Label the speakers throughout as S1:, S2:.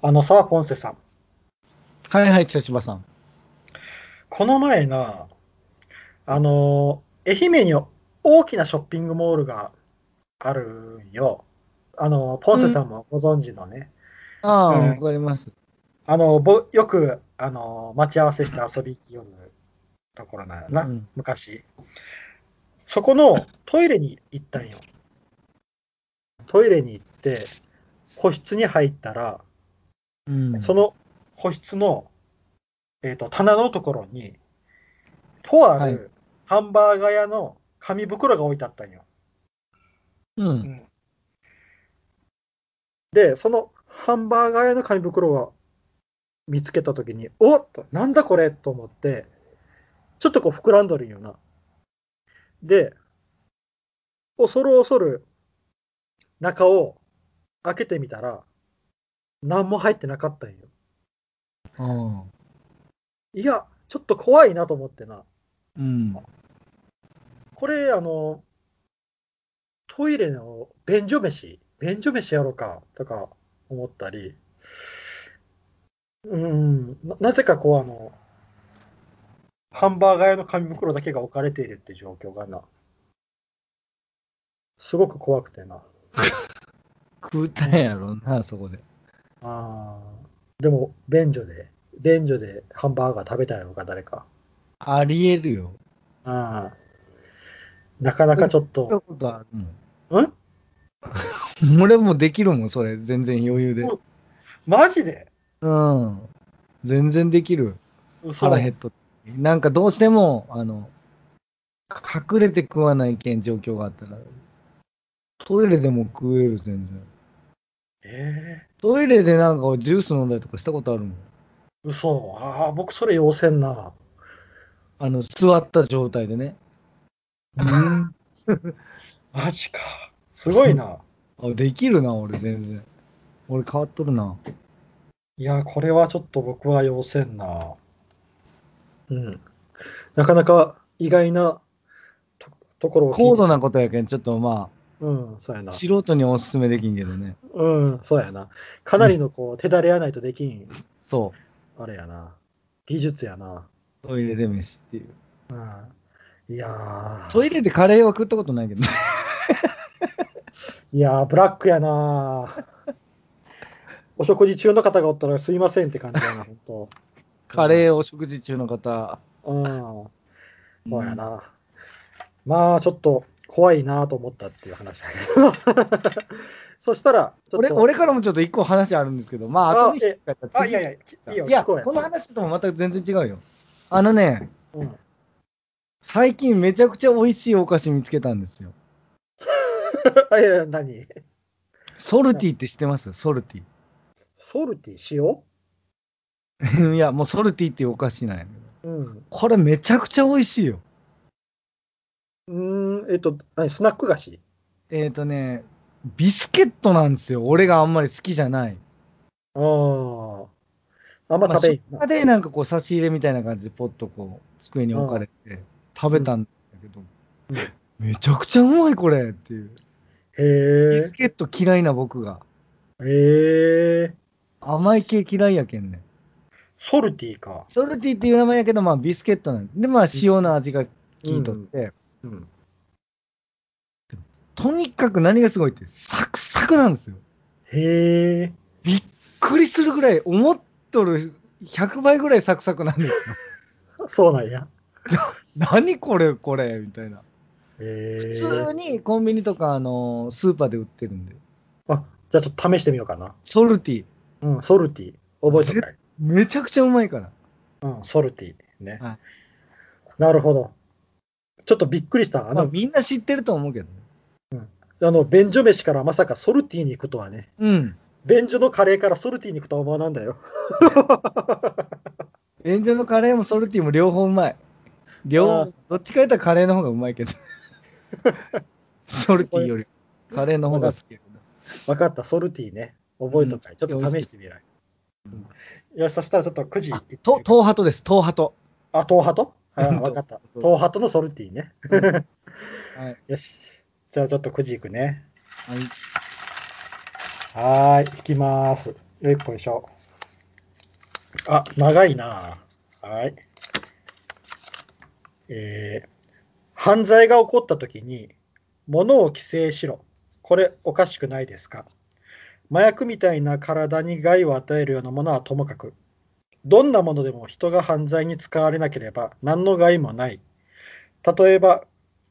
S1: あのさ、ポンセさん。
S2: はいはい、千葉さん。
S1: この前な、あのー愛媛に大きなショッピングモールがあるんよ。あの、ポンセさんもご存知のね。
S2: ああ、
S1: うん
S2: わかります。
S1: あの、ぼよく、あのー待ち合わせして遊び行きよるところなんやな、
S2: うん
S1: 昔。そこのトイレに行ったんよ。トイレに行って、個室に入ったら、
S2: うん。
S1: その個室の、えー、と棚のところに、とあ
S2: はい
S1: るハンバーガー屋の紙袋が置いてあったんよ。
S2: うん。
S1: で、そのハンバーガー屋の紙袋を見つけたときに、おっと、なんだこれと思って、ちょっとこう膨らんどるんよな。で、恐る恐る中を開けてみたら、何も入ってなかったんよ。
S2: うん。
S1: いや、ちょっと怖いなと思ってな。
S2: うん。
S1: これ、あの、トイレの便所飯、便所飯やろうかとか思ったり、うん、ななぜかこう、あの、ハンバーガー屋の紙袋だけが置かれているって状況がな、すごく怖くてな。
S2: 食うたんやろな、そこで。
S1: あーでも、便所で、便所でハンバーガー食べたいのか、誰か。
S2: ありえるよ。
S1: あーなかなかちょっ
S2: そんな
S1: と、
S2: ことあるも
S1: う
S2: ん
S1: ん
S2: 俺もできるもん、それ。全然余裕で。
S1: マジで
S2: うん。全然できる。
S1: 嘘
S2: 腹減っとってなんかどうしても、あの、隠れて食わないけん状況があったら、トイレでも食える、全然。
S1: えー
S2: トイレでなんかジュース飲んだりとかしたことあるもん。
S1: 嘘ああ、僕それ要せんな。
S2: あの、座った状態 でね。うん。
S1: マジか。すごいな。
S2: あ、できるな、俺、全然。俺変わっとるな。
S1: いや、これはちょっと僕は要せんな。うん。なかなか意外なとところを
S2: 高度
S1: な。
S2: なことやけん、ちょっとま
S1: うん、そうや
S2: あ、
S1: な。
S2: 素人にはおすすめできんけどね。
S1: うん、そうやな。かなりのこう、手だれやないとできん、
S2: そ
S1: あれやな。技術やな。
S2: う。トイレで飯っていう。
S1: いや
S2: トイ
S1: ー、
S2: レでカレーは食ったことないけどね。
S1: いやーブラックやな。 お食事中の方がおったらすいませんって感じ やな、ほんと。
S2: カレーお食事中の方。
S1: うん。
S2: うん
S1: そうやな。まあ、ちょっと怖いなと思ったっていう話だけど。 そしたら、ちょっと
S2: 俺俺からもちょっと一個話あるんですけど、まあ、
S1: あ
S2: 後にしようか
S1: あ、い
S2: 次
S1: やいや、いいよ、
S2: いや
S1: 聞こうや
S2: この話ともまた全然違うよ。あのね、
S1: うん
S2: 最近めちゃくちゃ美味しいお菓子見つけたんですよ。
S1: あいやいや、何
S2: ソルティって知ってますソルテ
S1: ソルティ
S2: ィ。いや、もうソルティっていうお菓子なんやけど。
S1: 塩
S2: これめちゃくちゃ美味しいよ。
S1: うん。うーん、えっと、何スナック菓子
S2: えっ、とね、ビスケットなんですよ。俺があんまり好きじゃない。
S1: ああ。あんま
S2: まあ、
S1: 食べん
S2: そこでなんかこう差し入れみたいな感じでポッとこう机に置かれて食べたんだけど、
S1: うん
S2: めちゃくちゃうまいこれっていう。ビ
S1: へ
S2: スケット嫌いな僕が。
S1: え。へえ。
S2: 甘い系嫌いやけんね。
S1: ソルティか。
S2: ソルティっていう名前やけど、まあビスケットなんで、まあ塩の味が効いとって、
S1: うん。
S2: とにかく何がすごいって、サクサクなんですよ。
S1: へえ。
S2: びっくりするぐらい、思っとる100倍ぐらいサクサクなんですよ。
S1: そうなんや。
S2: 何これこれみたいな。
S1: へ
S2: 普通
S1: え。
S2: にコンビニとか、あのスーパーで売ってるんで。
S1: あ、じゃあちょっと試してみようかな。
S2: ソルティ、
S1: うん、ソルティ。覚えておいたい。
S2: めちゃくちゃうまいから。
S1: うん、ソルティね。
S2: はい
S1: なるほど。ちょっとびっくりした。あ
S2: まあ、
S1: の、
S2: みんな知ってると思うけどね。
S1: あの便所飯からまさかソルティに行くとはね。
S2: うん。
S1: 便所のカレーからソルティに行くとは思わなんだよ。
S2: 炎上のカレーもソルティも両方うまい。
S1: あ
S2: 両
S1: ー
S2: どっちか言ったらカレーの方がうまいけ ど。ソルティよりカレーの方が好きやけど。
S1: 分かった、ソルティね。覚えとかい。ちょっと試してみない。うんよし、そしたらちょっと9時行ってみ
S2: と
S1: る。
S2: 東派とです、東派と。
S1: あ、東ハト あ
S2: うん
S1: 分かった。
S2: 東
S1: 東ハトのソルティね。
S2: はい。
S1: よし。じゃあちょっと9時行くね。
S2: はい
S1: はーい、行きます。よいこいしょ。あ、長いな。はい。えー犯罪が起こったときに、物を規制しろ。これ、おかしくないですか麻薬みたいな体に害を与えるようなものはともかく、どんなものでも人が犯罪に使われなければ何の害もない。例えば、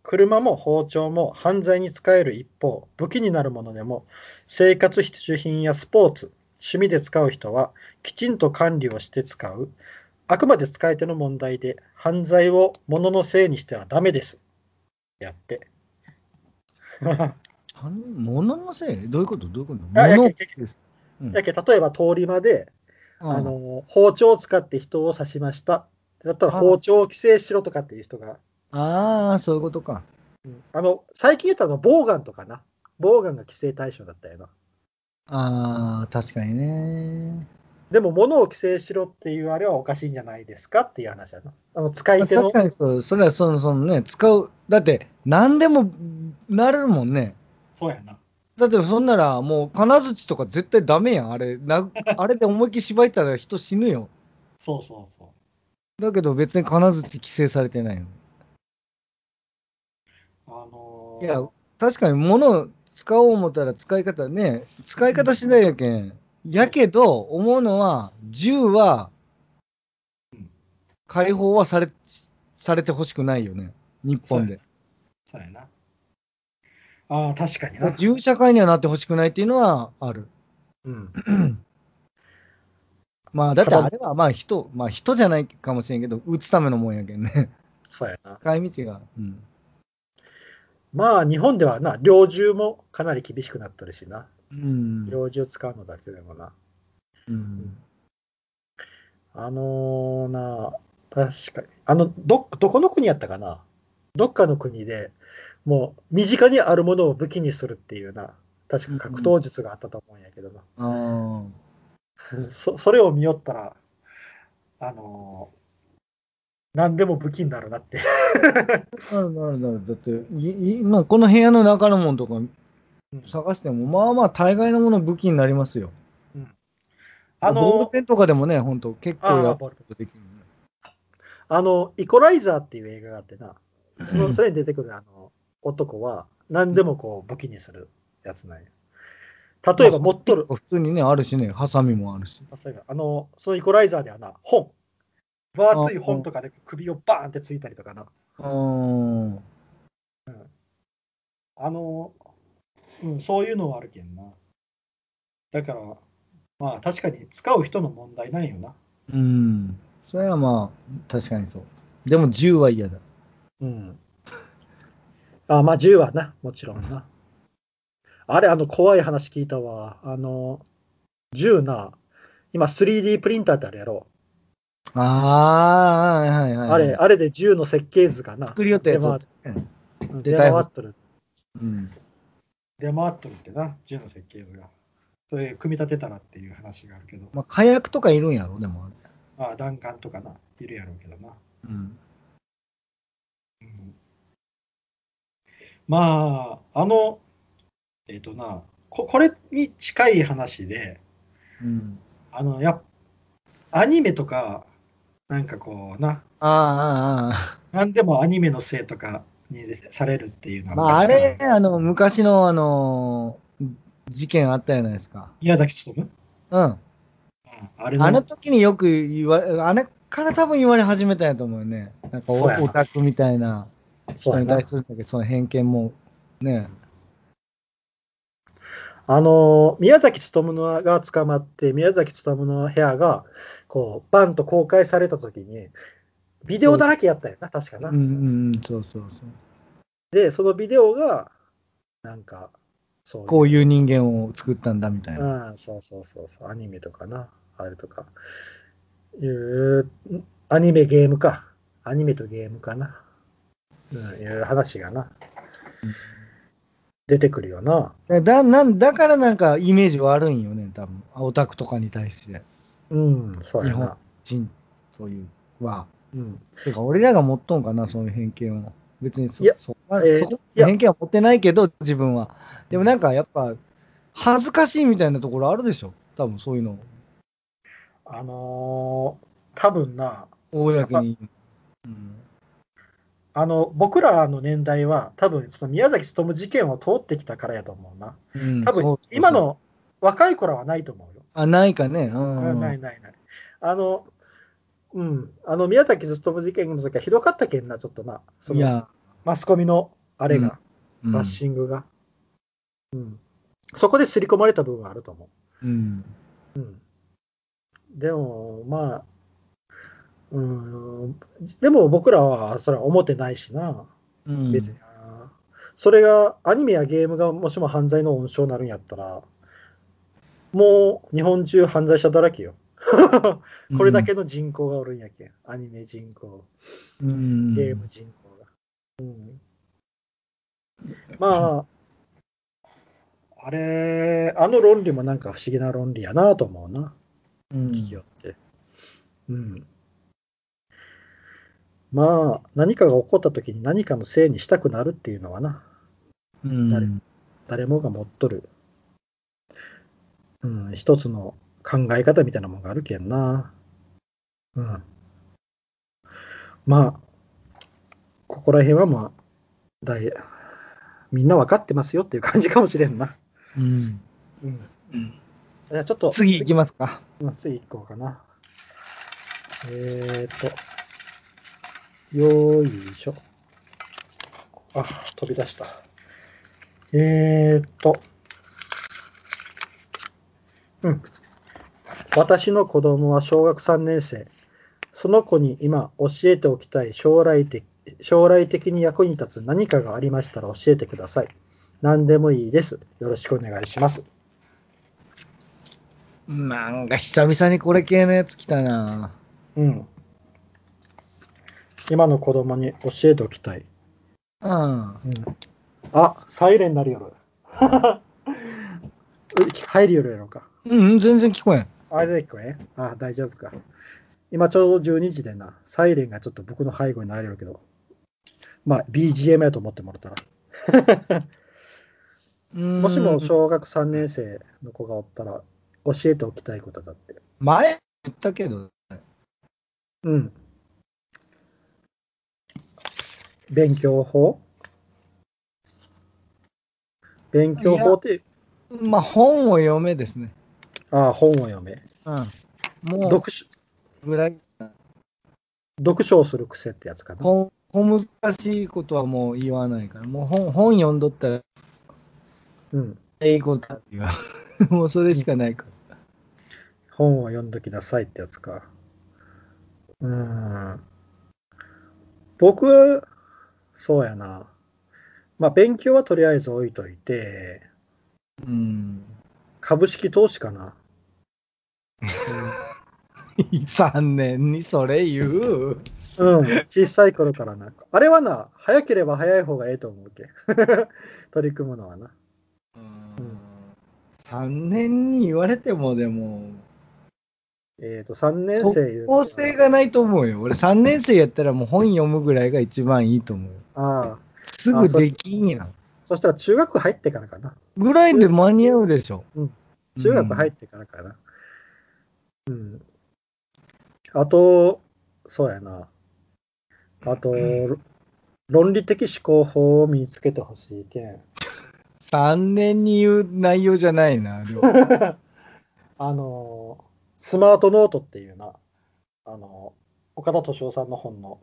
S1: 車も包丁も犯罪に使える一方、武器になるものでも、生活必需品やスポーツ、趣味で使う人は、きちんと管理をして使う。あくまで使い手の問題で、犯罪を物のせいにしてはダメです。やって。
S2: あの物のせいどういうことどういうこと
S1: あいや
S2: 物
S1: 結
S2: です。うん
S1: やけ例えば通り魔で、
S2: うん
S1: あの包丁を使って人を刺しました。だったら
S2: あ
S1: 包丁を規制しろとかっていう人が、
S2: ああ、そういうことか。
S1: うんあの最近言ったのはボウガンとかな。ボウガンが規制対象だったよな。
S2: ああ、確かにね。
S1: でも物を規制しろっていうあれはおかしいんじゃないですかっていう話やな。あの使
S2: まあ
S1: い手の
S2: 確。かにそう、それはその、そのね、使う。だって、何でもなれるもんね。
S1: そうやな。
S2: だってそんならもう金槌とか絶対ダメやんあれなあれで思いっきり縛いたら人死ぬよ
S1: そうそうそう。
S2: だけど別に金槌規制されてないよ
S1: あの
S2: ーいや確かに物を使おう思ったら使い方ね使い方次第やけんやけど思うのは銃は
S1: うん
S2: 解放はされされてほしくないよね日本で
S1: そうやな。ああ、確かに
S2: 銃社会にはなってほしくないっていうのはある
S1: うん。
S2: まあだってあれはまあ人まあ人じゃないかもしれんけど撃つためのもんやけんね
S1: そうやな。
S2: 使い道が、うん、
S1: まあ、日本ではな、猟銃もかなり厳しくなってるしな。
S2: うん
S1: 猟銃使うのだけでもな。
S2: うん
S1: あのーな、確かに。あの、ど、どこの国やったかなどっかの国で、もう、身近にあるものを武器にするっていうな、確か格闘術があったと思うんやけどな。
S2: あ
S1: そそれを見よったら、あのー何でも武器になるなって。
S2: あ、なるなるなる。だって、いい今この部屋の中のもんとか探しても、まあまあ大概のもの武器になりますよ。
S1: あ
S2: ボール
S1: の
S2: ペンとかでもね、ほんと結構や
S1: あ
S2: る
S1: ー
S2: ことできるね、
S1: あの、イコライザーっていう映画があってな、そのそれに出てくるあの男は、何でもこう武器にするやつなんや。例えば持っとる、
S2: 普通にね、あるしね、ハサミもあるし。
S1: あそういえばあの、そのイコライザーではな、本。分厚い本とかで首をバーンってついたりとかな。
S2: うーん。
S1: あの、うん、そういうのはあるけんな。だから、まあ確かに使う人の問題ないよな。
S2: うん。それはまあ、確かにそう。でも銃は嫌だ。
S1: うん。あ、まあ銃はな、もちろんな。あれ、あの、怖い話聞いたわ。あの、銃な、今 3D プリンターってあれやろ。
S2: ああ、はいはいはい。
S1: あれ、あれで銃の設計図がな、
S2: 作りよったやつを。
S1: うん出
S2: 出た
S1: 回
S2: い方
S1: っとる。
S2: うん。
S1: 出回っとるってな、銃の設計図が。それ、組み立てたらっていう話があるけど、
S2: まあ、火薬とかいるんやろ、でもあれ。
S1: まあ、弾丸とかな、いるやろうけどな。
S2: うん。
S1: うんまあ、あの、えっ、となこ、これに近い話で、
S2: うん。
S1: あの、やっアニメとか、なんかこうな、
S2: ああ、ああ、ああ。
S1: 何でもアニメのせいとかにされるっていうのは
S2: まあ、あ
S1: 昔から
S2: れ、あの、昔の、あのー事件あったじゃないですか。
S1: 宮崎勤
S2: うん。
S1: あれの
S2: あの時によく言わあれから多分言われ始めたんやと思うよね。なん
S1: そ
S2: か
S1: うやな
S2: オオタクみたいな
S1: そう
S2: 人
S1: や
S2: に
S1: な
S2: 対するんだけど、その偏見も、ね。
S1: あの宮崎勤のが捕まって宮崎勤の部屋がこうバンと公開された時にビデオだらけやったよな確か
S2: う
S1: な、
S2: んうんうん、そうそうそう。
S1: でそのビデオがなんかそういう
S2: こういう人間を作ったんだみたいな。
S1: ああ、そうそうそうそう、アニメとかな、あれとか。いう、んアニメゲームか。アニメとゲームかな。うん、いう話がな
S2: うん。
S1: 出てくるよな。
S2: だなんだからなんかイメージ悪いんよね、多分。オタクとかに対して。
S1: うん、そうやな。
S2: 人というは。
S1: うん。
S2: てか、俺らが持っとんかな、そういう偏見を。別にそ
S1: いや
S2: そこま
S1: えー
S2: で、そこ
S1: いや
S2: 偏見は持ってないけど、自分は。でもなんかやっぱ、恥ずかしいみたいなところあるでしょ、多分そういうの、
S1: あのー多分な、
S2: 公に。うん、
S1: あの、僕らの年代は、多分その宮崎勤事件を通ってきたからやと思うな。
S2: うん
S1: 多
S2: そう
S1: 分今の若い頃はないと思うよ。
S2: あ、ないかね。うん
S1: うんないないない。あの、うん、あの宮崎勤事件の時はひどかったけんな、ちょっとな、そ
S2: い
S1: の
S2: や、
S1: マスコミのあれが、
S2: うん
S1: バッシングが。うん、そこで刷り込まれた部分はあると思う。
S2: うん。
S1: でも、まあ、うん、でも僕らはそれは思ってないしな、
S2: うん
S1: 別にな。それが、アニメやゲームがもしも犯罪の温床になるんやったら、もう日本中犯罪者だらけよ。これだけの人口がおるんやけん。アニメ人口、
S2: うん
S1: ゲーム人口が。うん。まあ、あれ、あの論理もなんか不思議な論理やなと思うな。
S2: うん
S1: 企業って。うん。まあ、何かが起こった時に何かのせいにしたくなるっていうのはな、
S2: うん
S1: 誰誰もが持っとる、うん、一つの考え方みたいなもんがあるけんな。うん。まあ、ここら辺はまあ、だいみんな分かってますよっていう感じかもしれんな。
S2: うん
S1: うん。じゃあちょっと
S2: 次行きますか。
S1: うん次行こうかな。えー、っと、よいしょ。あ、飛び出した。えー、っと、うん。私の子供は小学3年生。その子に今教えておきたい将来的将来的に役に立つ何かがありましたら教えてください。何でもいいです。よろしくお願いします。
S2: なんか久々にこれ系のやつ来たな。
S1: うん。今の子供に教えておきたい。
S2: うん。
S1: うん、あ、サイレンな るよる。う入るよるやろうか。
S2: うん、全然聞こえん。
S1: あれだっけねあ、大丈夫か。今ちょうど12時でな、サイレンがちょっと僕の背後に流れるけど。まあ、BGM やと思ってもらったら。
S2: も
S1: もしも小学3年生の子がおったら、教えておきたいことだって。
S2: 前言ったけど、
S1: うん。勉強法勉強法って、
S2: まあ本を読めですね。
S1: ああ、本を読め。
S2: うん。もう、
S1: 読書
S2: ぐらい。
S1: 読書をする癖ってやつかな。
S2: こ小難しいことはもう言わないから、もう本本読んどったら
S1: うん。
S2: いいことって言わ もうそれしかないか
S1: 本を読んどきなさいってやつか。うーん。僕は、そうやな。まあ、勉強はとりあえず置いといて、
S2: ら。 うん。
S1: 株式投資か な。
S2: 3年にそれ言う。
S1: うん、小さい頃からな。あれはな、早ければ早い方がええと思うけ。 取り組むのはな。ん
S2: 3年に言われてもでも、
S1: えっ、と、3年生
S2: 即効性がないと思うよ。俺3年生やったらもう本読むぐらいが一番いいと思うよ。
S1: ああ。
S2: すぐできんやん。
S1: そしたら中学入ってからかな。
S2: ぐらいで間に合うでしょ。
S1: うん中学入ってからかな。うん。あと、そうやな。あと、論理的思考法を身につけてほしいけん。
S2: 3年に言う内容じゃない な、でも
S1: あの、スマートノートっていうな、あの、岡田敏夫さんの本の、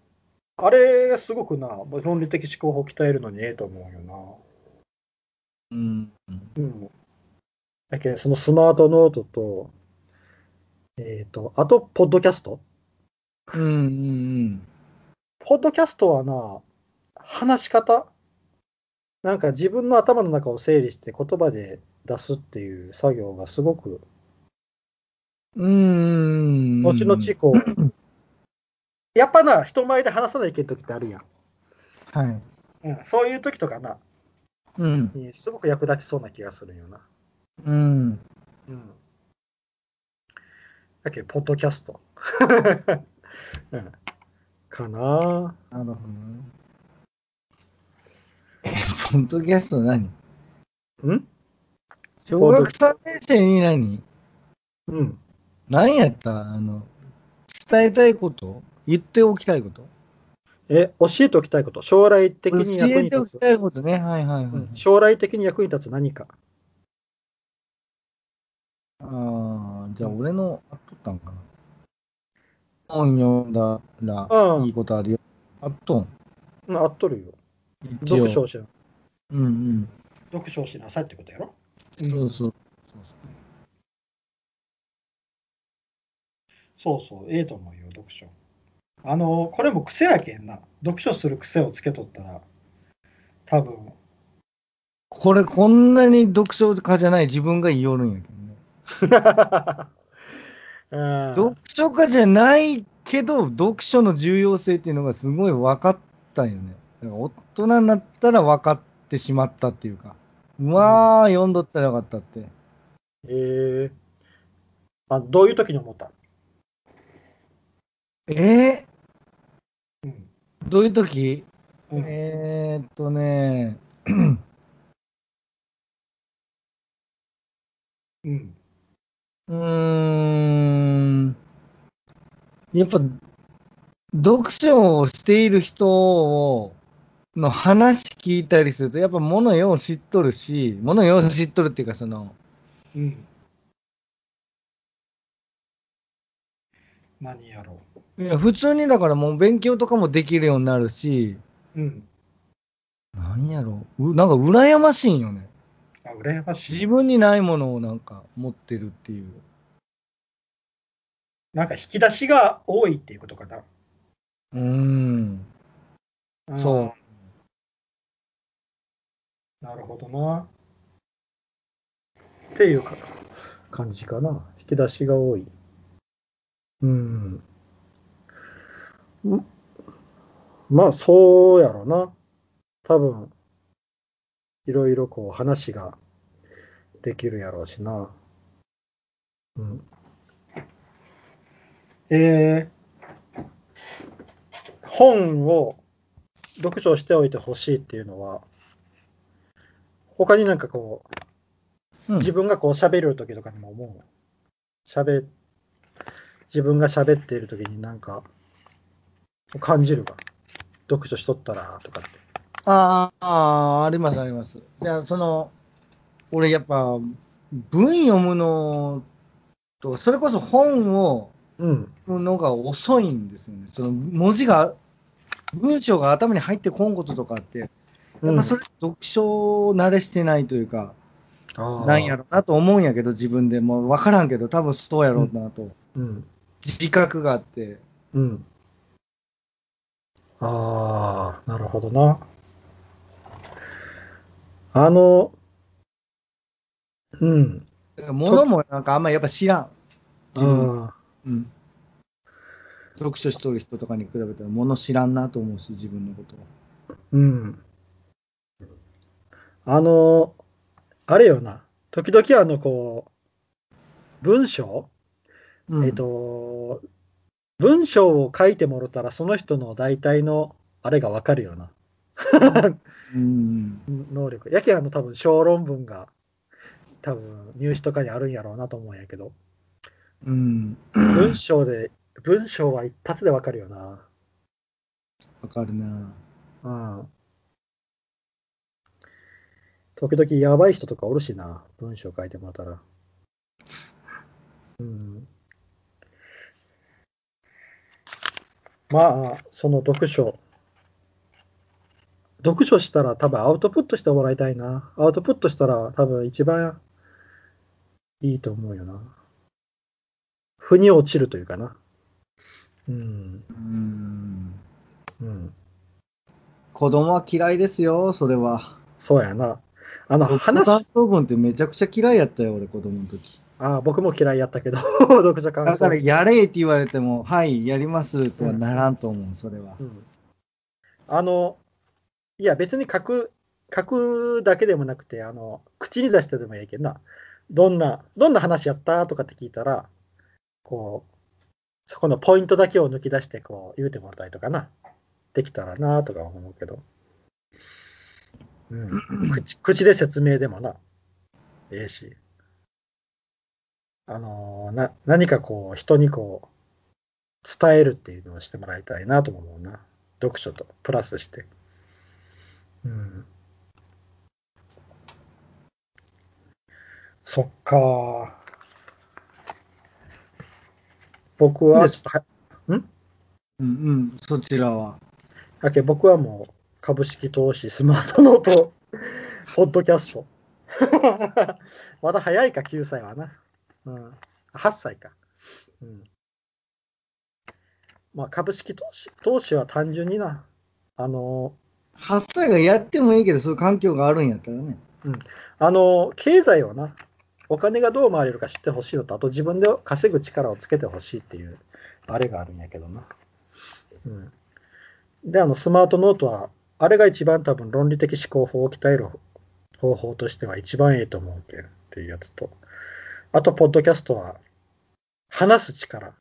S1: あれがすごくな、論理的思考法を鍛えるのにええと思うよ
S2: うん。
S1: な。うん。だけど、そのスマートノートと、えっ、と、あと、ポッドキャスト
S2: うんうん
S1: ポッドキャストはな、話し方なんか自分の頭の中を整理して言葉で出すっていう作業がすごく、
S2: うん。うん。
S1: 後々こう、 やっぱな、人前で話さないけん時ってあるやん。
S2: はい。
S1: うん、そういう時とかな、
S2: うん。
S1: にすごく役立ちそうな気がするよな。
S2: うん。
S1: うん。だけど、ポッドキャスト。 うん、かな
S2: なるほどね。え、ポッドキャスト何
S1: ん
S2: 小学3年生に何
S1: うん。
S2: 何やったあの、伝えたいこと言っておきたいこと
S1: え、教えておきたいこと。将来的
S2: 教
S1: に役
S2: え
S1: に
S2: てお
S1: 立
S2: き
S1: つ。
S2: たいことね。はいはいはい。
S1: うん将来的に役に立つ何か。
S2: ああ、じゃあ俺の、あっとったんかな。本読んだ
S1: う
S2: ら
S1: ん
S2: いいことあるよ。あっとん。
S1: うんあっとるよ。
S2: 一応
S1: 読書をしな
S2: うんうん。
S1: 読書をしなさいってことやろ
S2: そうそう。
S1: そうそう、ええと思うよ、読書。あの、これも癖やけんな。読書する癖をつけとったら、多 分。
S2: これこんなに読書家じゃない自分が言いよるんやけどね。読書家じゃないけど、読書の重要性っていうのがすごい分かったんよね。だから大人になったら分かってしまったっていうか、うわー、読んどったらよかったって。
S1: えーあどういう時に思った
S2: え
S1: うん。
S2: ー、どういう時
S1: うん
S2: えー、っとね、
S1: うん。
S2: うーん、やっぱ、読書をしている人を、の話聞いたりすると、やっぱ物よう知っとるし、物よう知っとるっていうか、その、
S1: うん。何やろ
S2: いや普通にだからもう勉強とかもできるようになるし、
S1: う。うん。
S2: なんやろう、うなんか羨ましいんよね。
S1: あ、羨まし
S2: 自
S1: い。
S2: 分にないものをなんか持ってるっていう。
S1: なんか引き出しが多いっていうことかな。
S2: うーん。
S1: ん
S2: そ
S1: なるほどな。っていうか感じかな。引き出しが多い。うん。んまあ、そうやろな。多分、いろいろこう話ができるやろうしな。うん。えー、本を読書しておいてほしいっていうのは、他になんかこう、
S2: うん
S1: 自分がこう喋る時とかにも思う。喋、自分が喋っている時になんか、感じるわ。読書しとったらとかって。
S2: あーあー、ありますあります。じゃあ、その、俺やっぱ、文読むのと、それこそ本を
S1: うん。
S2: 読むのが遅いんですよね。その文字が、文章が頭に入ってこんこととかって、やっ
S1: うん
S2: ぱそれ読書慣れしてないというか、
S1: あー
S2: なんやろなと思うんやけど、自分でもう分からんけど、多分そうやろうなと、
S1: うん。
S2: 自覚があって、
S1: うん。ああ、なるほどな。あの、うん。
S2: だから物もなんかあんまりやっぱ知らん。自分
S1: あ
S2: うん読書しとる人とかに比べたら物知らんなと思うし、自分のことを。
S1: ーうん。あの、あれよな。時々あの、こう、文章、
S2: うん
S1: えっ、と、文章を書いてもろたら、その人の大体の、あれがわかるよな。
S2: うん、
S1: 能力。やけんあの多分小論文が多分入試とかにあるんやろうなと思うんやけど、
S2: うん、
S1: 文章で、文章は一発でわかるよな。
S2: わかるな。
S1: うん。時々やばい人とかおるしな、文章書いてもらったら。うん。まあ、その読書。読書したら多分アウトプットしてもらいたいな。アウトプットしたら多分一番いいと思うよな。腑に落ちるというかな。うん。
S2: うん、
S1: うん。
S2: 子供は嫌いですよ、それは。
S1: そうやな。あの、
S2: 話
S1: 話
S2: 感、想文ってめちゃくちゃ嫌いやったよ、俺、子供の時。
S1: ああ、僕も嫌いやったけど、 読書感
S2: だから、
S1: 想。
S2: やれって言われても、はい、やりますとはならんと思う、それは
S1: う。ん、あの、いや、別に書く、書くだけでもなくて、あの、口に出してでもいいけんな。どんな、どんな話やったとかって聞いたら、こう、そこのポイントだけを抜き出して、こう、言うてもらったりとかな。できたらなとか思うけど。うん、口口で説明でもな。ええし。あのーな、何かこう、人にこう、伝えるっていうのをしてもらいたいなとも思うな。読書とプラスして。うん。そっか。僕は、
S2: で
S1: ちょっとは
S2: うんうん、そちらは。
S1: だけど僕はもう株式投資、スマートノート、ポッドキャスト。まだ早いか、9歳はな。うん、8歳か。うんまあ、株式投資投資は単純にな、あの
S2: 8歳がやってもいいけど、そういう環境があるんやったらね。
S1: あの経済をな、お金がどう回れるか知ってほしいのと、あと自分で稼ぐ力をつけてほしいっていう、あれがあるんやけどな。うん、で、あの、スマートノートは、あれが一番多分論理的思考法を鍛える方法としては一番ええと思うけんっていうやつと、あと、ポッドキャストは、話す力。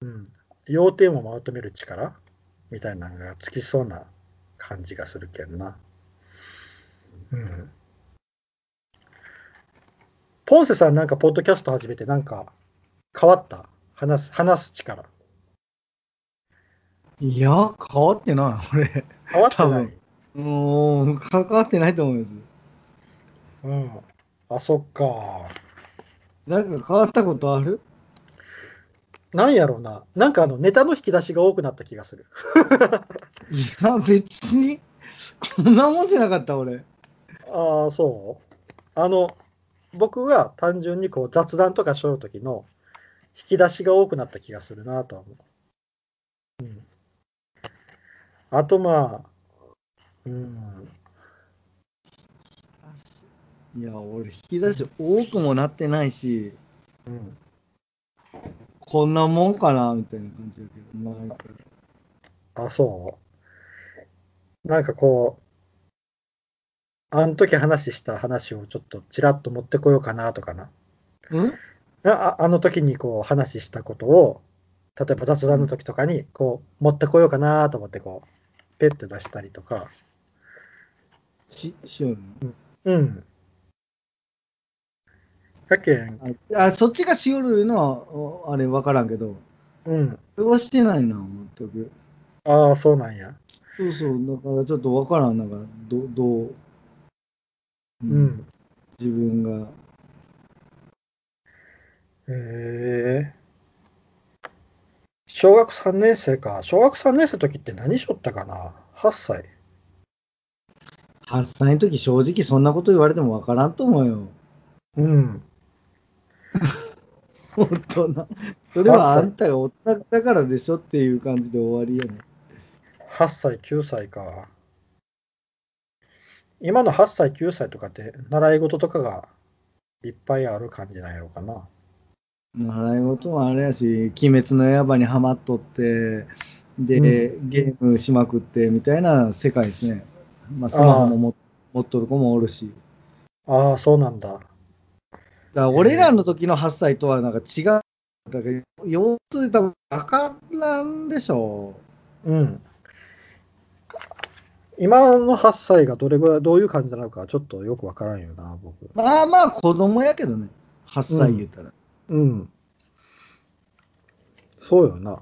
S1: うん。要点をまとめる力みたいなのがつきそうな感じがするけんな。うんポンセさんなんかポッドキャスト始めてなんか変わった話す話す力。
S2: いや、変わってない、俺。
S1: 変わってな
S2: 多
S1: い
S2: 分。もう、関わってないと思います。
S1: うん。あ、そっか。
S2: なんか変わったことある
S1: なんやろうな。なんかあのネタの引き出しが多くなった気がする。
S2: いや、別に、こんなもんじゃなかった、俺。
S1: ああ、そう。あの、僕が単純にこう雑談とかしょる時の引き出しが多くなった気がするなとは思う。うん。あとまあ、うん。
S2: いや、俺、引き出し多くもなってないし、
S1: うん
S2: こんなもんかな、みたいな感じだけど、なんか
S1: あ、そう。なんかこう、あの時話した話をちょっとちらっと持ってこようかなとかな。
S2: うん
S1: あああの時にこう話したことを、例えば雑談の時とかにこう持ってこようかなと思ってこう、ペッて出したりとか。
S2: し、しようね。
S1: うん。やけん、
S2: あ、あそっちがしよるのは、おあれ、わからんけど、
S1: うん。
S2: それはしてないな、全く。
S1: ああ、そうなんや。
S2: そうそう、だからちょっとわからん、なんか、どどう、う
S1: う、ん。
S2: 自分が、
S1: へえ。小学3年生か。小学3年生の時って何しょったかな ?8 歳。
S2: 8歳の時正直そんなこと言われてもわからんと思うよ。
S1: うん。
S2: 大人。それはあんたが大人だからでしょっていう感じで終わりやね。
S1: 8歳、9歳か。今の8歳、9歳とかって習い事とかがいっぱいある感じなんやろうかな。
S2: 習い事もあれやし、鬼滅の刃にはまっとって、で、
S1: う
S2: ゲームしまくってみたいな世界ですね。まあ、スマホもも持っとる子もおるし。
S1: ああ、そうなんだ。
S2: だから俺らの時の8歳とはなんか違う。だから様子多分分からんでしょ
S1: うん。今の8歳がどれぐらい、どういう感じなのかちょっとよくわからんよな、僕。
S2: まあまあ子供やけどね。8歳言うたら。
S1: うん。そうよな。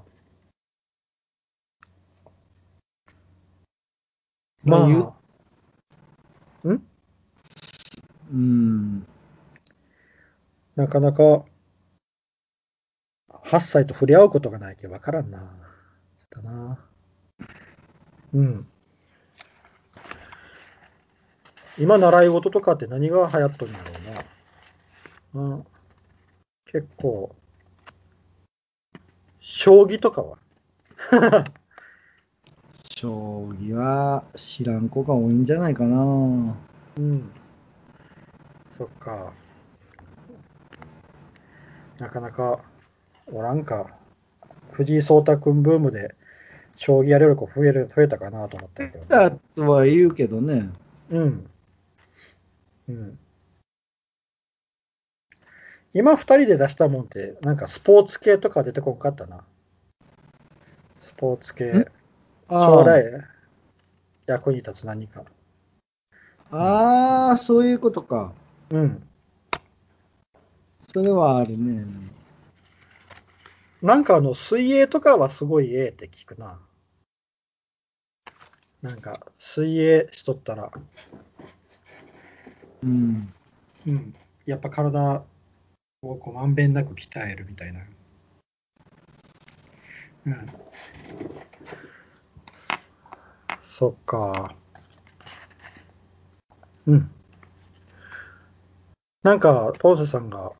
S2: まあ言う
S1: ま
S2: うん。
S1: あ、なかなか8歳と触れ合うことがないけど分からんな。だな。うん。今、習い事とかって何が流行っとるんだろうな。うん。結構、将棋とかは
S2: 将棋は知らん子が多いんじゃないかな。
S1: うん。そっか。なかなかおらんか。藤井聡太君ブームで将棋やれる子増える増えたかなと思ったけど。
S2: だとは言うけどね。
S1: うん。うん。今二人で出したもんって、なんかスポーツ系とか出てこんかったな。スポーツ系
S2: ん。
S1: 将来役に立つ何か。
S2: あーあー、そういうことか。
S1: うん。
S2: それはあるね。
S1: なんかあの、水泳とかはすごいええって聞くな。なんか、水泳しとったら、
S2: うん。
S1: うん、やっぱ体をこうまんべんなく鍛えるみたいな。うん。そっか。うん。なんか、ポンセさんが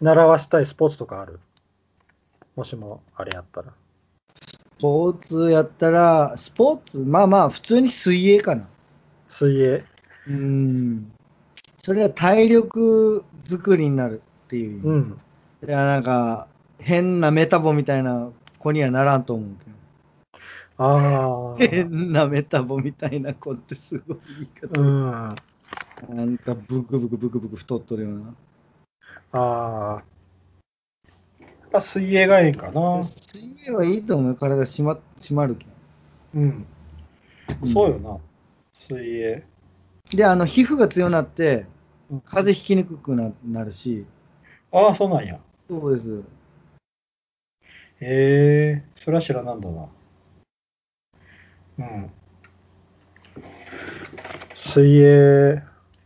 S1: 習わしたいスポーツとかあるもしもあれやったら。
S2: スポーツやったら、スポーツまあまあ、普通に水泳かな。
S1: 水泳。
S2: うん。それは体力作りになるっていう意味。
S1: うん。
S2: いや、なんか、変なメタボみたいな子にはならんと思う
S1: ああ。
S2: けど。 変なメタボみたいな子ってすごい言い方。
S1: うん。あ
S2: なんか、ブクブクブクブク太っとるよう
S1: あ。やっぱ水泳がいいかな
S2: な。。水泳はいいと思うよ。体締ま締まるけ
S1: うん。
S2: ど。
S1: そうよな。水泳。
S2: で、あの、皮膚が強なって、風
S1: 風
S2: 邪ひきにくくななるし、
S1: ああ、そうなんや。
S2: そうです。
S1: へえ、それは知らなんだな。うん。水泳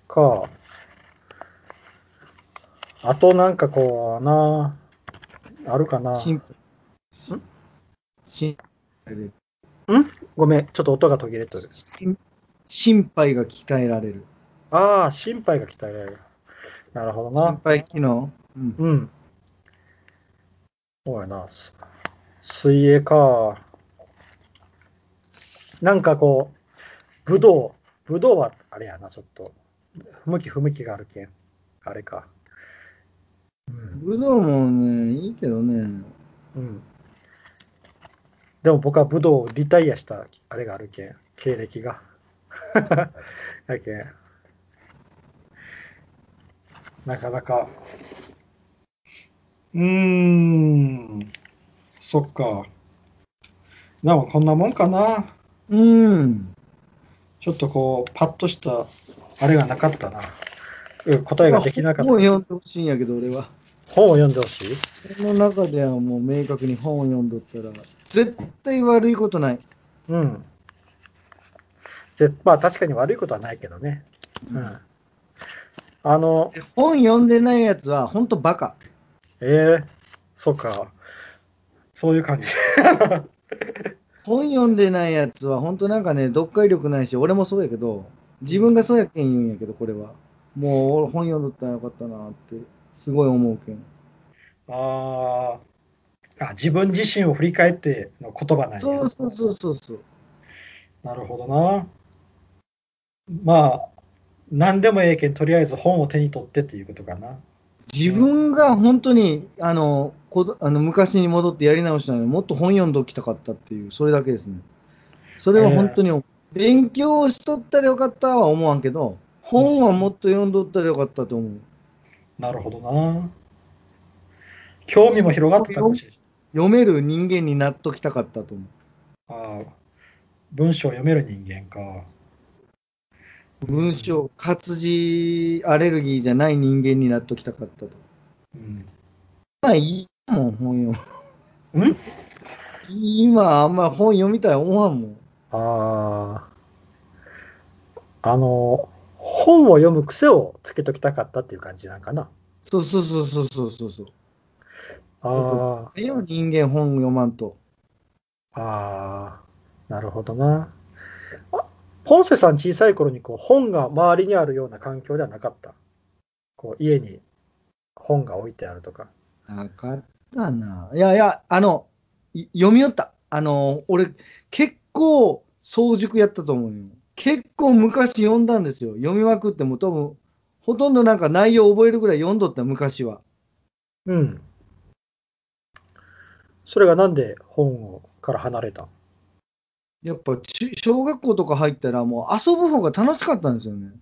S1: か。あとなんかこうな、あるかな。
S2: シンプル。心配
S1: ごめん、ちょっと音が途切れとる。
S2: 心配が鍛えられる。
S1: ああ、心肺が鍛えられる。なるほどな
S2: 心。配機能、うん、
S1: うん。そうやな。す水泳か。なんかこう、武道、武道はあれやな、ちょっと。向き不向きがあるけん。あれか。うん。
S2: 武道もね、いいけどね。
S1: うん。でも僕は武道をリタイアしたあれがあるけん。経歴が。 やけん。なかなか。うーん。そっか。でもこんなもんかな。
S2: うん。
S1: ちょっとこう、パッとしたあれがなかったな。うん答えができなかった。
S2: 本を
S1: 本
S2: 読んでほしいんやけど、俺は。
S1: を読んでほしい
S2: その中ではもう明確に本を読んどったら、絶対悪いことない。
S1: うん。ぜまあ確かに悪いことはないけどね。うん。あの、
S2: 本読んでないやつは、ほんとバカ。
S1: えー、そうか。そういう感じ。
S2: 本読んでないやつは、ほんとなんかね、読解力ないし、俺もそうやけど、自分がそうやけん言うんやけど、これは。もう、俺本読んどったらよかったなって、すごい思うけん。
S1: あーあ、自分自身を振り返っての言葉なんや。
S2: そうそうそうそうそう。
S1: なるほどな。まあ、何でもええけん、とりあえず本を手に取ってっていうことかな。
S2: 自分が本当にあのこどあの昔に戻ってやり直したのにもっと本読んどきたかったっていうそれだけですねそれは本当に、勉強をしとったらよかったは思わんけど本はもっと読んどったらよかったと思う
S1: なるほどな。興味も広がってたかもしれない。
S2: 読める人間になっときたかったと思
S1: あー文章を読める人間か。
S2: う文章活字アレルギーじゃない人間になっときたかったと
S1: うん。
S2: まあいいもん本読む
S1: ん
S2: 今あんま本読みたい思わんもん
S1: ああ。あの、本を読む癖をつけときたかったっていう感じなんかな。
S2: そうそうそうそうそうそうそう
S1: あ
S2: ええよ、人間本読まんと。
S1: あ、ああ、なるほどな。あポンセさん小さい頃にこう本が周りにあるような環境ではなかった。こう家に本が置いてあるとか。
S2: なかったな。いやいや、あの、い読みよった。あの、俺、結構、早熟やったと思うよ。結構昔読んだんですよ。読みまくっても多分、ほとんどなんか内容覚えるぐらい読んどった、昔は。
S1: うん。それがなんで本をから離れた
S2: やっぱ中、小学校とか入ったらもう遊ぶ方が楽しかったんですよね。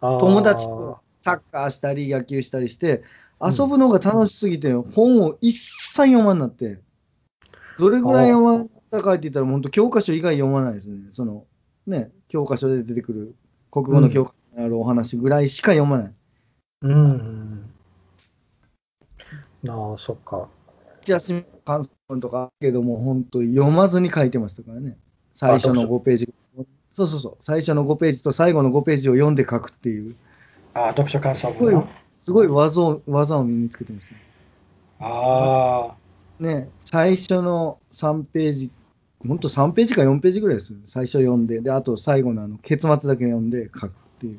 S1: あー
S2: 友達とサッカーしたり、野球したりして、遊ぶのが楽しすぎて、本を一切読まんなって、どれぐらい読まんたかって言ったら、本当、教科書以外読まないですね。その、ね、教科書で出てくる、国語の教科書にあるお話ぐらいしか読まない。
S1: うん。ああ、そっか。
S2: チラシ感想とかあるけども、本当読まずに書いてましたからね。最初の
S1: 読書
S2: 5ページ。そうそうそう。最初の5ページと最後の5ページを読んで書くっていう、
S1: ああ、読書感想
S2: すごい
S1: 文な。
S2: すごい技を技を身につけてましたね。
S1: ああ、
S2: ね、最初の3ページ、本当3ページか4ページぐらいですよね。最初読んで、で、あと最後のあの結末だけ読んで書くっていう。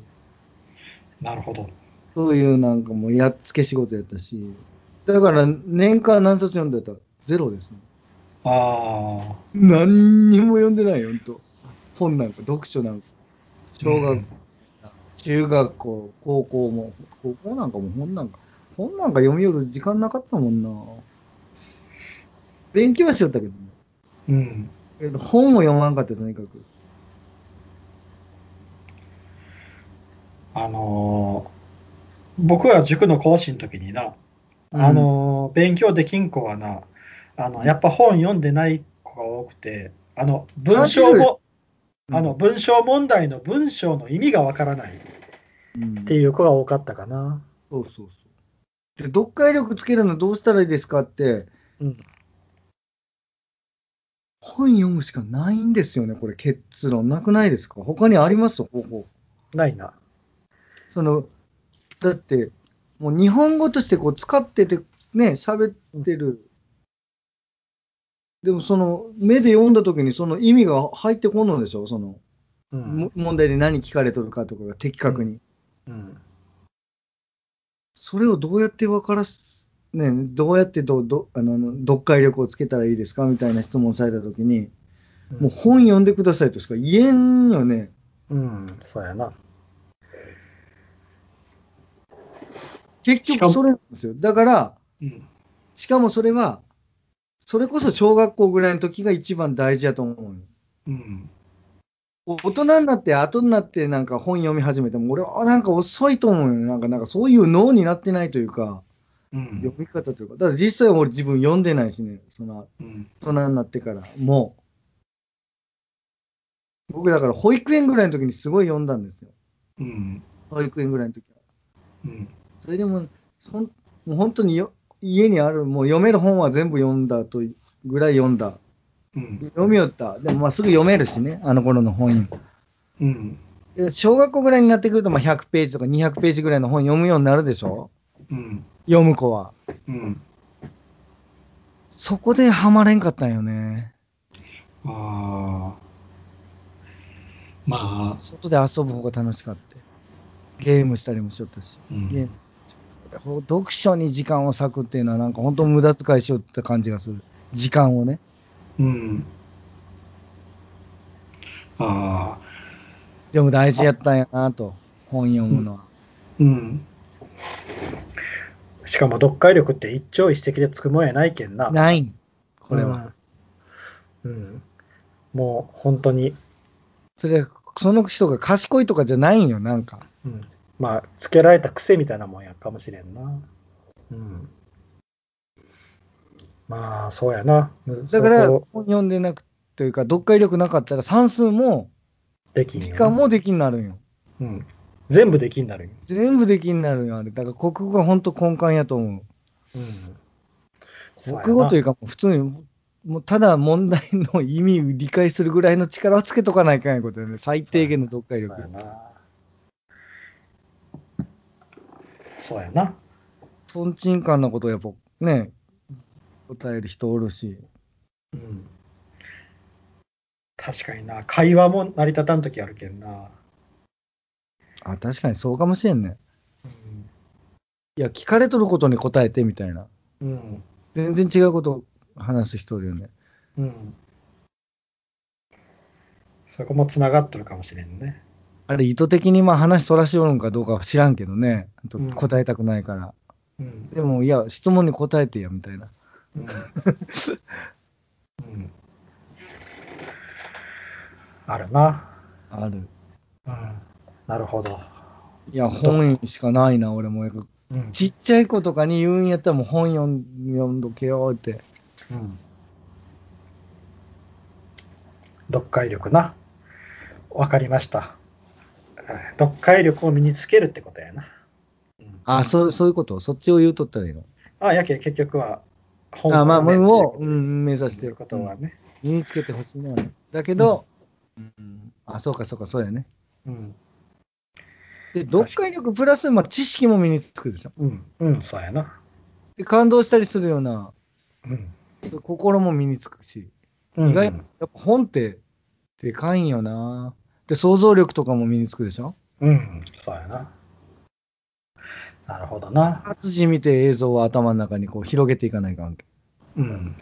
S1: なるほど。
S2: そういうなんかもうやっつけ仕事やったし、だから年間何冊読んでたらゼロですね。
S1: ああ。
S2: 何にも読んでないよ、ほんと。本なんか、読書なんか。小学、
S1: うん
S2: 中学校、高校も、高校なんかもう本なんか、本なんか読み寄る時間なかったもんな。勉強はしよったけどね。
S1: うん。
S2: けど本を読まんかった、とにかく。
S1: あのー僕は塾の講師の時にな、あのー勉強できん子はな、あの、やっぱ本読んでない子が多くて、あの、文章も、
S2: うん、
S1: あの、文章問題の文章の意味がわからないっ
S2: うん、
S1: ていう子が多かったかな。
S2: そうそうそう。で、読解力つけるのどうしたらいいですかって、
S1: うん
S2: 本読むしかないんですよね、これ、結論。なくないですか他にあります方法。
S1: ないな。
S2: その、だって、もう日本語としてこう使ってて、ね、喋ってる。でもその、目で読んだ時にその意味が入ってこんのでしょその、
S1: うん
S2: も。問題で何聞かれとるかとかが的確に。
S1: うん。
S2: それをどうやって分からす、ね、どうやってどどあの読解力をつけたらいいですかみたいな質問されたときに、もう本読んでくださいとしか言えんよね。
S1: うん、そうやな。
S2: 結
S1: しかも
S2: 局それなんですよ。だから、
S1: うん。
S2: しかもそれは、それこそ小学校ぐらいの時が一番大事やと思うよ。
S1: うん。
S2: 大人になって、後になってなんか本読み始めても、俺はなんか遅いと思うよね。なんか、なんかそういう脳になってないというか、
S1: うん
S2: 読み方というか。だから実際俺自分読んでないしね、その
S1: うん。
S2: 大人になってから、もう。僕だから保育園ぐらいの時にすごい読んだんですよ。
S1: うん。
S2: 保育園ぐらいの時は。
S1: うん。
S2: それでも、そんもう本当によ家にある、もう読める本は全部読んだといぐらい読んだ。
S1: うん。
S2: 読みよった。でもまあすぐ読めるしね、あの頃の本。
S1: うん。
S2: で小学校ぐらいになってくるとまあ100ページとか200ページぐらいの本読むようになるでしょ
S1: うん。
S2: 読む子は。
S1: うん。
S2: そこでハマれんかったんよね。
S1: ああ。まあ、
S2: 外で遊ぶ方が楽しかった。ゲームしたりもしよったし。
S1: うん
S2: ねこう読書に時間を割くっていうのは、なんか本当無駄遣いしようって感じがする。時間をね。
S1: うん。ああ、
S2: でも大事やったんやなと、本読むのは。
S1: うん。しかも読解力って一朝一夕でつくもんやないけんな。
S2: ない。これは。。
S1: うん。うんもう本当に、
S2: それは、その人が賢いとかじゃないんよ、なんか。
S1: うん、まあ、つけられた癖みたいなもんやかもしれんな。うん。まあ、そうやな。
S2: だから、
S1: そ
S2: 本
S1: こ
S2: 読んでなくというか、読解力なかったら算数も、
S1: できんよ
S2: 理
S1: な
S2: 科もできになるんよ。
S1: うん。全部できんなるんよ。
S2: 全部できになるんよ、あれ。だから国語が本当根幹やと思う。
S1: うん。
S2: 国語というか、もう普通に、もうただ問題の意味を理解するぐらいの力をつけとかないかんやことよね。最低限の読解
S1: そうや
S2: 力。
S1: な。そうやな。
S2: とんちんかんなことをやっぱね、答える人おるし。
S1: うん。確かにな。会話も成り立たんときあるけんな。
S2: あ、確かにそうかもしれんね。
S1: うん。
S2: いや、聞かれとることに答えてみたいな。
S1: うん。
S2: 全然違うことを話す人おるよね。
S1: うん。そこもつながっとるかもしれんね。
S2: あれ、意図的にまあ話そらしおるんかどうかは知らんけどね。あと
S1: うん
S2: 答えたくないから。
S1: うん。
S2: でも、いや、質問に答えてや、みたいな。
S1: うん。うん、あるな。
S2: ある。
S1: うん。なるほど。
S2: いや、本しかないな、俺も。
S1: うん。
S2: ちっちゃい子とかに言うんやったらもう本読ん読んどけよって。
S1: うん読解力な。わかりました。えー読解力を身につけるってことやな。うん
S2: あ、そう、そういうことそっちを言うとったらいいの
S1: ああやけ、結局は本
S2: あまあ、
S1: ね
S2: 文を、
S1: と
S2: う、
S1: いうん
S2: 目指し
S1: と
S2: て
S1: いうことはね。
S2: 身につけてほしいな。だけど、うんあ、そうかそうか、そうやね。
S1: うん。
S2: で、読解力プラス、まあ、知識も身につくでしょ。
S1: うん。うん、そうやな。
S2: で、感動したりするような
S1: うん。
S2: 心も身につくし、
S1: うん
S2: 意外とやっぱ本ってでかいんよな。で、想像力とかも身につくでしょ。
S1: うん、そうやな。なるほどな。
S2: 活字見て映像を頭の中にこう広げていかない関係。
S1: うん。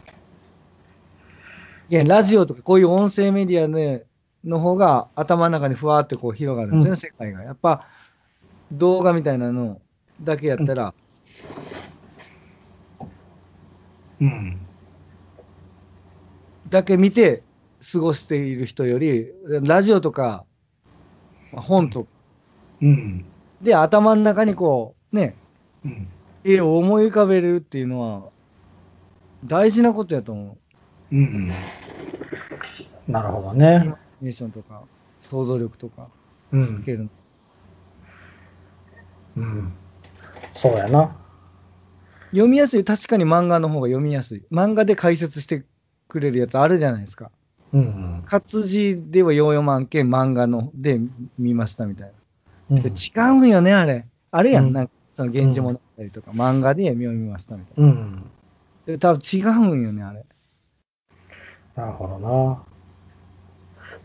S2: いや、ラジオとかこういう音声メディアね、の方が頭の中にふわーってこう広がるんですよね、
S1: うん
S2: 世界が。やっぱ動画みたいなのだけやったら、
S1: うん。
S2: だけ見て過ごしている人より、ラジオとかまあ本とか
S1: うん。
S2: で頭の中にこうね、
S1: うん。
S2: 絵を思い浮かべれるっていうのは大事なことやと思
S1: うん。なるほどね。
S2: う。ネーションとか想像力とか
S1: う
S2: つ
S1: ん
S2: け。るの。
S1: うん。そうやな。
S2: 読みやすい、確かに漫画の方が読みやすい。漫画で解説してくれるやつあるじゃないですか。
S1: うん。
S2: 活字ではようよまんけ漫画ので見ましたみたい
S1: うん
S2: な。で違うんよね、あれ。あれやん、
S1: うん
S2: なんか、その源氏物語とか、漫画で読みましたみたい
S1: うん。
S2: な。で多分違うんよね、あれ。
S1: なるほどな。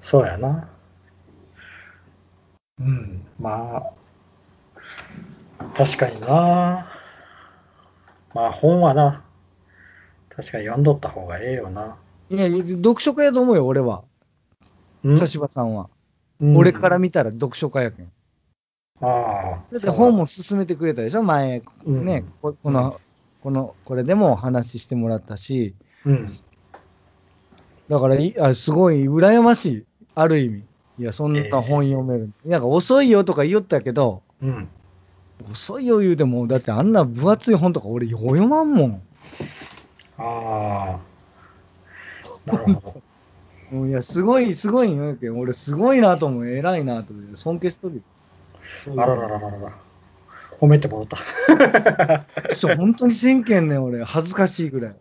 S1: そうやな。うん。まあ、確かにな。まあ本はな、確かに読んどった方がええよな。
S2: いや、読書家やと思うよ、俺は。
S1: うん
S2: 茶芝さんは。
S1: うん
S2: 俺から見たら読書家やけん。
S1: ああ。
S2: だって本も勧めてくれたでしょ、前。
S1: うん
S2: ね、ここの、この、これでも話してもらったし。
S1: うん。
S2: だからいあ、すごい羨ましい。ある意味。いや、そんな本読める。なんか遅いよとか言おったけど、
S1: うん。
S2: 遅いよ言うても、だってあんな分厚い本とか俺読まんもん。
S1: ああ。なるほど。
S2: うんいや、すごい、すごいよ。俺、すごいなと思う。偉いなと思う。尊敬しとるよ。そういう
S1: あらららららら。褒めてもらった。
S2: そう本当に先見ね、俺。恥ずかしいぐらい。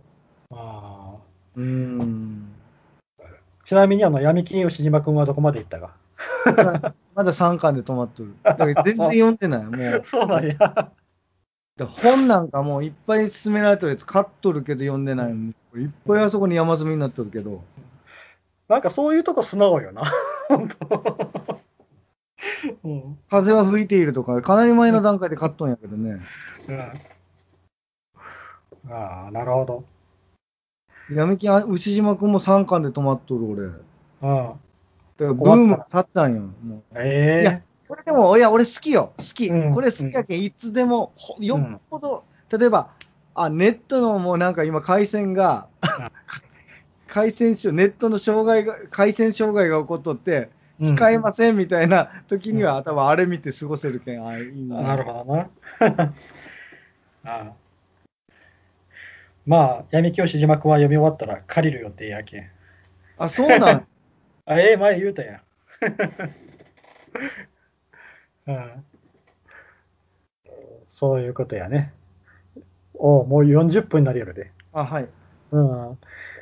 S1: ああ。
S2: うん。
S1: ちなみにあの闇金牛島君はどこまで行ったか。
S2: まだ3巻で止まっとる。だから全然読んでない。もう。
S1: そうなんや。
S2: だ本なんかもういっぱい勧められてるやつ買っとるけど読んでない。もういっぱいあそこに山積みになっとるけど。
S1: なんかそういうとこ素直よな。 本当。 うん。
S2: 風は吹いているとか、かなり前の段階で買っとんやけどね。
S1: うん。ああ、なるほど。
S2: 闇金、あ牛島くんも3巻で止まっとる俺。だか
S1: うん。
S2: らブームが立ったんよ。もういや
S1: え
S2: これでも、いや、俺好きよ。好き。
S1: うん
S2: これ好きやけん、いつでも、ほよっぽど、例えば、あ、ネットのもうなんか今、回線が、 回線しネットの障害が、回線障害が起こっとって、
S1: え
S2: 使えませんみたいな 時には、多分あれ見て過ごせるけん、あいい
S1: す
S2: な。
S1: なるほどな。 ああまあ、闇金牛島君は読み終わったら借りる予定やけん。
S2: あ、そう なん。
S1: あ、ええ前言うたやん。 うんそういうことやね。おうもう40分になりやるで。
S2: あ、はい。
S1: うん。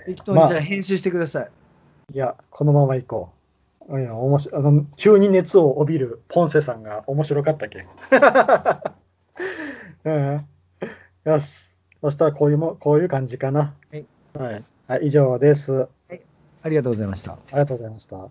S2: 適当に、
S1: まあ
S2: じゃあ編集してください。
S1: いや、このまま行こう。いや、面白いあの急に熱を帯びるポンセさんが面白かったけ。 うん、よし。そしたらこういうもこういう感じかな。
S2: はい
S1: はいはい、以上です。あ
S2: ありがとうございました。
S1: りがとうございました。